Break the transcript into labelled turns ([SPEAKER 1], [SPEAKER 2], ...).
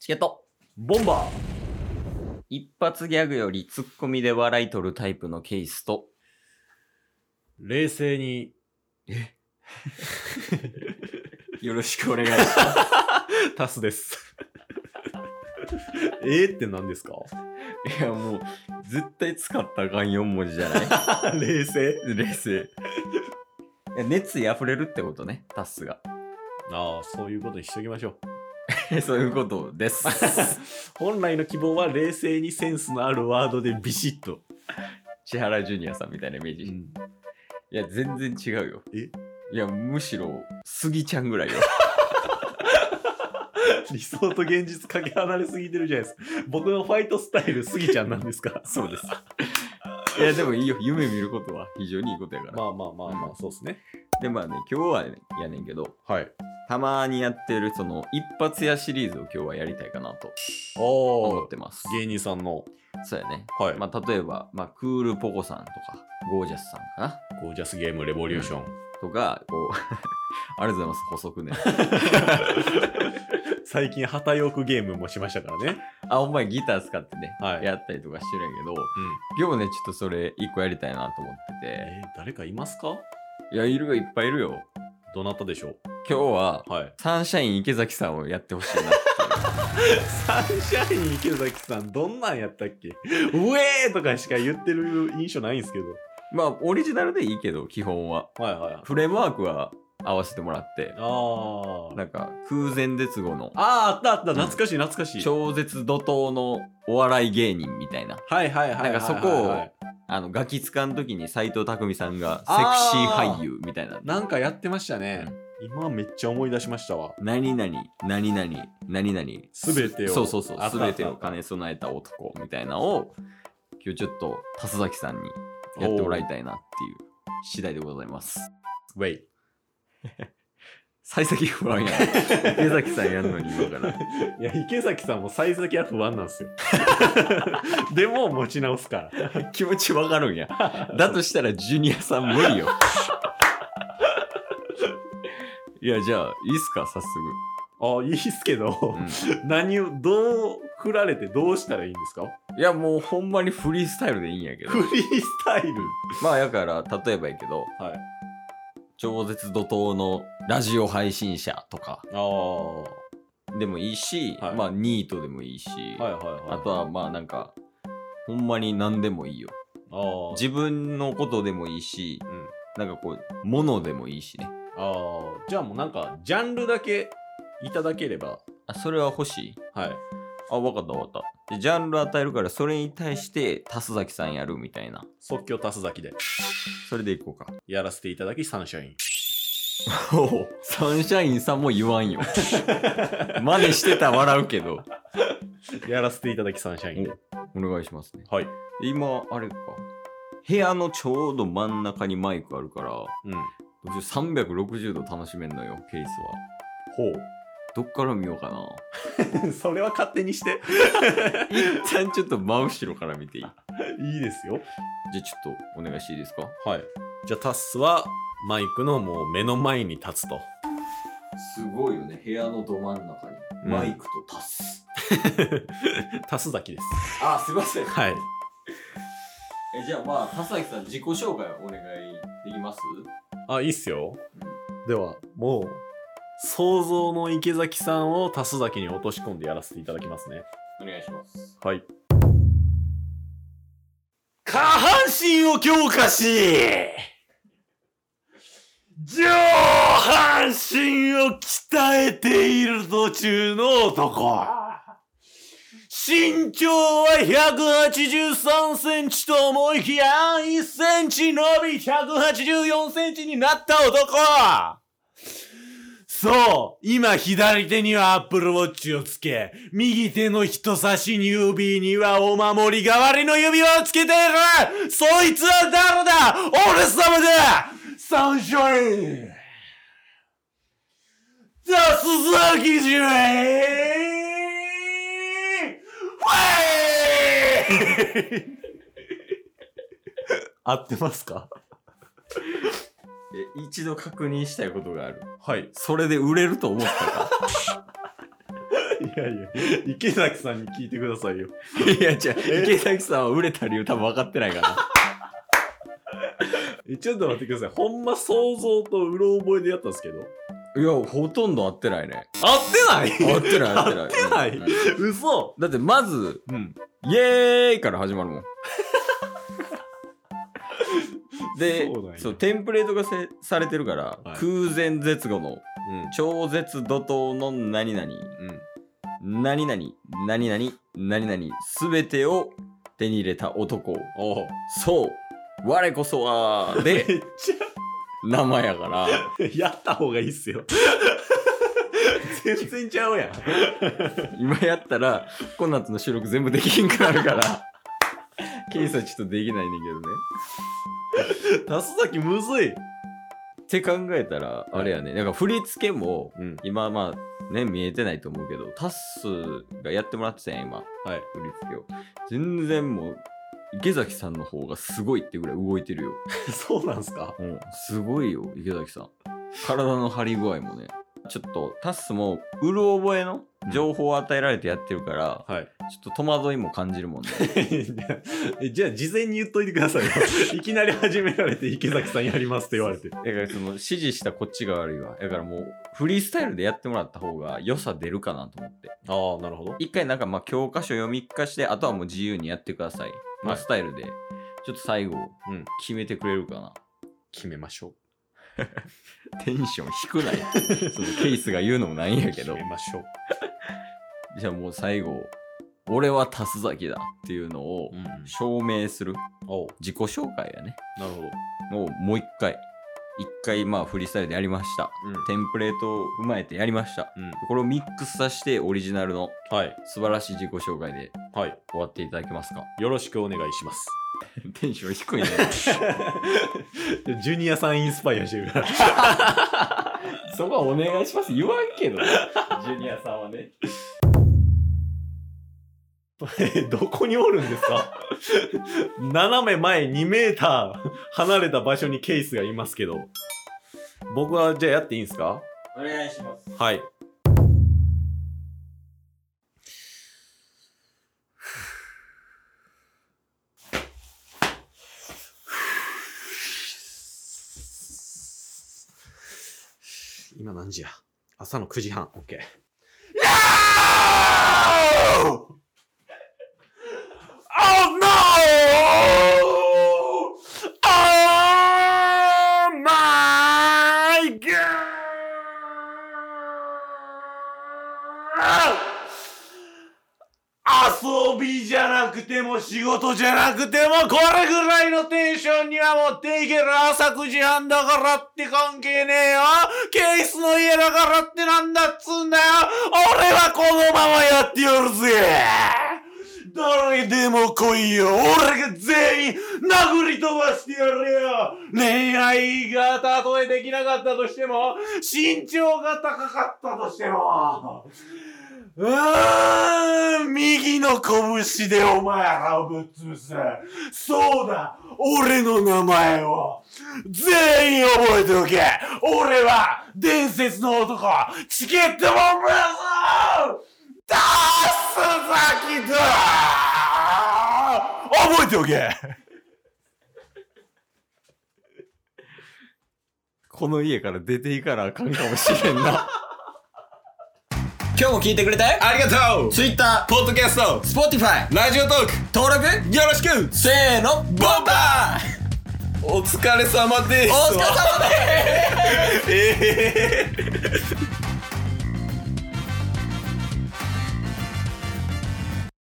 [SPEAKER 1] 助っ人。
[SPEAKER 2] ボンバー
[SPEAKER 1] 一発ギャグよりツッコミで笑い取るタイプのケースと、
[SPEAKER 2] 冷静に。
[SPEAKER 1] よろしくお願いします。
[SPEAKER 2] タスです。えーって何ですか
[SPEAKER 1] いや、もう、絶対使ったらあかん4文字じゃない
[SPEAKER 2] 冷静
[SPEAKER 1] 冷静。いや熱意溢れるってことね、タッス が。
[SPEAKER 2] ああ、そういうことにしときましょう。
[SPEAKER 1] そういうこと です。
[SPEAKER 2] 本来の希望は冷静にセンスのあるワードでビシッと。
[SPEAKER 1] 千原ジュニアさんみたいなイメージ。いや、全然違うよ。
[SPEAKER 2] え
[SPEAKER 1] いや、むしろ、スギちゃんぐ らいよ。
[SPEAKER 2] 理想と現実かけ離れすぎてるじゃないですか。僕のファイトスタイル、スギちゃんなんですかそうです。
[SPEAKER 1] いや、でもいいよ。夢見ることは非常にいいことやから。
[SPEAKER 2] まあまあまあまあ、そうですね。
[SPEAKER 1] で、まあね、今日はね、やねんけど、
[SPEAKER 2] はい。
[SPEAKER 1] たまにやってる、その、一発屋シリーズを今日はやりたいかなと
[SPEAKER 2] お
[SPEAKER 1] 思
[SPEAKER 2] お
[SPEAKER 1] って。ます。
[SPEAKER 2] 芸人さんの、
[SPEAKER 1] そうやね。
[SPEAKER 2] はい
[SPEAKER 1] まあ、例えば、まあ、クールポコさんとか、ゴージャスさんかな。
[SPEAKER 2] ゴージャスゲームレボリューション。
[SPEAKER 1] とか、こう、 ありがとうございます。補足 ね。
[SPEAKER 2] 最近、旗よくゲームもしましたからね。
[SPEAKER 1] あ、ほんまにギター使ってね、
[SPEAKER 2] はい
[SPEAKER 1] やったりとかしてるんやけど、
[SPEAKER 2] うん。
[SPEAKER 1] 今日もね、ちょっとそれ、一個やりたいなと思ってて。
[SPEAKER 2] えー誰かいますか
[SPEAKER 1] いや、いるよ、いっぱいいるよ。
[SPEAKER 2] どなたでしょ
[SPEAKER 1] 今日は、
[SPEAKER 2] うはい。
[SPEAKER 1] サンシャイン池崎さんをやってほしい な。
[SPEAKER 2] サンシャイン池崎さん、どんなんやったっけウェーとかしか言ってる印象ないんですけど。
[SPEAKER 1] まあ、オリジナルでいいけど、基本は。
[SPEAKER 2] はいはいはい。
[SPEAKER 1] フレームワークは合わせてもらって、
[SPEAKER 2] あ
[SPEAKER 1] な
[SPEAKER 2] ー。
[SPEAKER 1] んか、空前絶後の、
[SPEAKER 2] あー、あったあった。懐かしい懐かしい。
[SPEAKER 1] 超絶怒涛のお笑い芸人みたいな。
[SPEAKER 2] はいはいはいはいはいはい。
[SPEAKER 1] なんかそこをあの、ガキ使の時に斎藤工さんがセクシー俳優みたいな。
[SPEAKER 2] なんかやってましたね。今めっちゃ思い出しましたわ。
[SPEAKER 1] 何々、何々、何々。
[SPEAKER 2] 全てを
[SPEAKER 1] そうそうそう
[SPEAKER 2] あ。っ
[SPEAKER 1] す
[SPEAKER 2] たあっ
[SPEAKER 1] べ
[SPEAKER 2] た
[SPEAKER 1] てを兼ね備えた男みたいなのを、今日ちょっと、田崎さんにやってもらいたいなっていう次第でございます。
[SPEAKER 2] ウェイ。
[SPEAKER 1] 幸先不 安やな。池崎さんやるのに今から。
[SPEAKER 2] いや、池崎さんも幸先は不安なんですよ。 でも持ち直す から。
[SPEAKER 1] 気持ちわかるんや。だとしたらジュニアさん無理よ。いや、じゃあ、いいっすか、早速。
[SPEAKER 2] あ、いいっすけど、
[SPEAKER 1] う
[SPEAKER 2] 何を、どう振られてどうしたらいいんですか
[SPEAKER 1] んいや、もうほんまにフリースタイルでいいんやけど
[SPEAKER 2] フ。リースタイル。
[SPEAKER 1] まあ、やから、例えばやけど、
[SPEAKER 2] はい。
[SPEAKER 1] 超絶怒涛のラジオ配信者とか
[SPEAKER 2] ああ。は
[SPEAKER 1] でもいいし、
[SPEAKER 2] はい
[SPEAKER 1] まあ、ニートでもいいし、
[SPEAKER 2] いはいはい。
[SPEAKER 1] あとは、まあ、なんか、ほんまに何でもいいよ。
[SPEAKER 2] ああ。
[SPEAKER 1] 自分のことでもいいし、
[SPEAKER 2] うん
[SPEAKER 1] なんかこう、ものでもいいしね。
[SPEAKER 2] ああ。じゃあもうなんか、ジャンルだけいただければ。
[SPEAKER 1] あ、それは欲しい
[SPEAKER 2] はい。
[SPEAKER 1] あ、わかったわかった。で、ジャンル与えるから、それに対して、タスザキさんやるみたいな。
[SPEAKER 2] 即興足すだけで
[SPEAKER 1] それでいこうか。
[SPEAKER 2] やらせていただき、サンシャイン。
[SPEAKER 1] サンシャインさんも言わん よ。真似してたら笑うけど。
[SPEAKER 2] やらせていただき、サンシャインで。
[SPEAKER 1] お願いしますね。
[SPEAKER 2] はい。
[SPEAKER 1] で今、あれか。部屋のちょうど真ん中にマイクあるから、
[SPEAKER 2] うん。
[SPEAKER 1] 360度楽しめんのよ、ケースは。
[SPEAKER 2] ほう。
[SPEAKER 1] どっから見ようかな。
[SPEAKER 2] それは勝手にして。
[SPEAKER 1] 一旦ちょっと真後ろから見ていい
[SPEAKER 2] いいですよ。
[SPEAKER 1] じゃあちょっとお願いしていいですか
[SPEAKER 2] はい。じゃあタスはマイクのもう目の前に立 つと。
[SPEAKER 1] すごいよね、部屋のど真ん中に。
[SPEAKER 2] マイ
[SPEAKER 1] クとタス。
[SPEAKER 2] タス崎です。
[SPEAKER 1] あ、すいません。
[SPEAKER 2] はい。
[SPEAKER 1] えじゃあまあ田崎さん自己紹介お願いできます
[SPEAKER 2] あ、いいっすよ。では、もう、想像の池崎さんをタス崎に落とし込んでやらせていただきますね。
[SPEAKER 1] お願いします
[SPEAKER 2] はい。下半身を強化し、上半身を鍛えている途中の男。身長は183センチと思いきや、1センチ伸び184センチになった男そう今左手にはアップルウォッチをつけ、右手の人差し指にはお守り代わりの指輪をつけているそいつは誰だ俺様だサンシャインザスザキジュエファイ合ってますか
[SPEAKER 1] え一度確認したいことがある
[SPEAKER 2] はい。
[SPEAKER 1] それで売れると思ったか
[SPEAKER 2] やいや、池崎さんに聞いてくださいよ。
[SPEAKER 1] いや、じゃ池崎さんは売れた理由多分分かってないから。
[SPEAKER 2] えちょっと待ってください。ほんま想像とうろ覚えでやったんですけど。
[SPEAKER 1] いや、ほとんど合ってないね。
[SPEAKER 2] 合ってない
[SPEAKER 1] 合ってない、合ってない。
[SPEAKER 2] 合って
[SPEAKER 1] うん
[SPEAKER 2] な
[SPEAKER 1] うん
[SPEAKER 2] い嘘
[SPEAKER 1] だって、まず、
[SPEAKER 2] うん。
[SPEAKER 1] イエーイから始まる もん。で
[SPEAKER 2] そう
[SPEAKER 1] そ
[SPEAKER 2] な
[SPEAKER 1] う,、
[SPEAKER 2] んや
[SPEAKER 1] テンプレートがせされてるから、
[SPEAKER 2] はい
[SPEAKER 1] 空前絶後の
[SPEAKER 2] うん。
[SPEAKER 1] 超絶怒涛の何々
[SPEAKER 2] うん。
[SPEAKER 1] 何々何々何々すべてを手に入れた男
[SPEAKER 2] おう
[SPEAKER 1] そう我こそは
[SPEAKER 2] めっ
[SPEAKER 1] で
[SPEAKER 2] ち
[SPEAKER 1] 名前やから
[SPEAKER 2] ゃ、やった方がいいっ すよ。全然ちゃうやん。
[SPEAKER 1] 今やったらこの後の収録全部できんくなるからケイスはちょっとできないねんけどね
[SPEAKER 2] タスザキむずい。
[SPEAKER 1] って考えたらあれやねなんか振り付けも
[SPEAKER 2] うん。
[SPEAKER 1] 今まあね見えてないと思うけどタッスがやってもらってたやん今
[SPEAKER 2] はい。
[SPEAKER 1] 振り付けを全然もう池崎さんの方がすごいってぐらい動いてるよ、
[SPEAKER 2] そうなんすか
[SPEAKER 1] うん、すごいよ池崎さん体の張り具合もねちょっとタッスもうる覚えの情報を与えられてやってるから、
[SPEAKER 2] はい。
[SPEAKER 1] ちょっと戸惑いも感じるもんね
[SPEAKER 2] え じゃあ、事前に言っといてくだ さいよ。いきなり始められて、池崎さんやりますって言われて。
[SPEAKER 1] だからその指示したこっちが悪いわだからもうフリースタイルでやってもらった方が良さ出るかなと思って
[SPEAKER 2] ああ、なるほど。
[SPEAKER 1] 一回なんかまあ教科書読み聞かしてあとはもう自由にやってください、ま
[SPEAKER 2] は
[SPEAKER 1] あ、
[SPEAKER 2] い
[SPEAKER 1] スタイルでちょっと最後
[SPEAKER 2] うん
[SPEAKER 1] 決めてくれるかな、
[SPEAKER 2] 決めましょう。
[SPEAKER 1] テンション低 ないそのケースが言うのもないんやけど
[SPEAKER 2] 決めましょう。
[SPEAKER 1] じゃあもう最後俺はタス崎だっていうのを
[SPEAKER 2] ん、
[SPEAKER 1] 証明する
[SPEAKER 2] お
[SPEAKER 1] 自己紹介やね
[SPEAKER 2] なるほど。
[SPEAKER 1] をもう一回一回まあフリースタイルでやりましたテンプレートを踏まえてやりました
[SPEAKER 2] うん。
[SPEAKER 1] これをミックスさせてオリジナルの
[SPEAKER 2] はい。
[SPEAKER 1] 素晴らしい自己紹介で
[SPEAKER 2] はい。
[SPEAKER 1] 終わっていただけますか
[SPEAKER 2] よろしくお願いします。
[SPEAKER 1] テンション低いね
[SPEAKER 2] ジュニアさんインスパイアしてるから。
[SPEAKER 1] そこはお願いします言わんけどジュニアさんはね
[SPEAKER 2] え どこにおるんですか斜め前2メーター離れた場所にケースがいますけど。僕はじゃあやっていいんですか
[SPEAKER 1] お願いします
[SPEAKER 2] はい。今何時や朝の9時半。オッケー。NO! Oh no! Oh my god! 遊びじゃなくても仕事じゃなくてもこれぐらいのテンションには持っていける朝9時半だからって関係ねえよケースの家だからってなんだっつうんだよ俺はこのままやってやるぜ誰でも来いよ俺が全員殴り飛ばしてやるよ恋愛がたとえできなかったとしても、身長が高かったとしても、うーん右の拳でお前らをぶっ潰す。そうだ俺の名前を全員覚えておけ俺は伝説の男チケットボンバーぞダースザキだ覚えておけ
[SPEAKER 1] この家から出ていかなあかんかもしれんな 今日も聞いてくれてありがとう Twitter、ポッドキャスト、Spotify、ラジオトーク登録よろしくせーのボン バー
[SPEAKER 2] お疲れ様です
[SPEAKER 1] お疲れ様です
[SPEAKER 2] ええ